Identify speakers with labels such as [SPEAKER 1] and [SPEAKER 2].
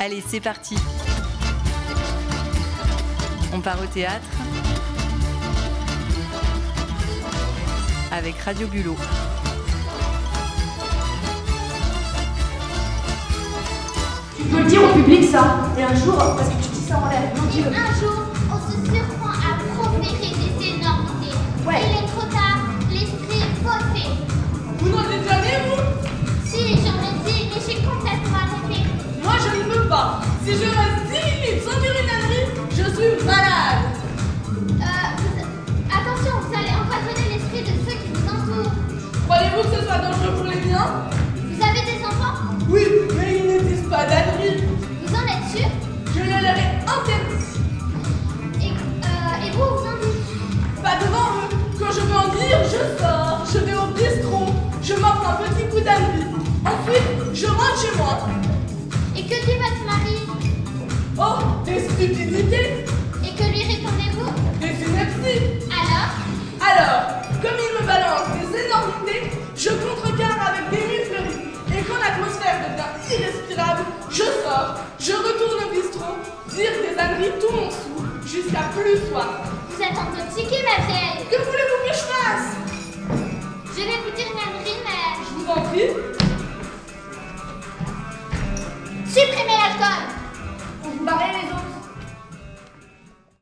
[SPEAKER 1] Allez, c'est parti. On part au théâtre avec Radio Bulot.
[SPEAKER 2] Tu peux le dire au public ça. Et un jour, parce que tu dis ça en l'air, non,
[SPEAKER 3] Et
[SPEAKER 2] dis-le.
[SPEAKER 3] un jour, on se surprend à proférer des énormités.
[SPEAKER 2] Ouais.
[SPEAKER 3] Il est trop tard, l'esprit est faussé.
[SPEAKER 4] Vous n'en êtes jamais, vous
[SPEAKER 3] Si, j'en ai dit, mais j'ai complètement arrêté.
[SPEAKER 4] Moi, je ne peux pas. Si je reste 10 minutes sans dire une ânerie, je suis malade.
[SPEAKER 3] Euh, vous- attention, vous allez empoisonner l'esprit de ceux qui vous entourent.
[SPEAKER 4] Croyez-vous que ce soit dangereux pour les miens
[SPEAKER 3] Vous avez des enfants
[SPEAKER 4] Oui, mais ils ne disent pas d'ânerie.
[SPEAKER 3] Vous en êtes sûr
[SPEAKER 4] Je ne leur ai interdit.
[SPEAKER 3] et, euh, et vous, vous en dites
[SPEAKER 4] Pas devant eux. Quand je veux en dire, je sors. Je vais au bistrot. Je m'offre un petit coup d'ânerie. Ensuite, je rentre chez moi.
[SPEAKER 3] Et que dit votre mari
[SPEAKER 4] Oh, des stupidités,
[SPEAKER 3] Et que lui répondez-vous
[SPEAKER 4] des synapsies.
[SPEAKER 3] Alors
[SPEAKER 4] Alors, comme il me balance des énormités, je contrecarre avec des mille fleuries. Et quand l'atmosphère devient irrespirable, je sors, je retourne au bistrot, dire des âneries tout mon sou, jusqu'à plus soif.
[SPEAKER 3] Vous êtes intoxiqué euh,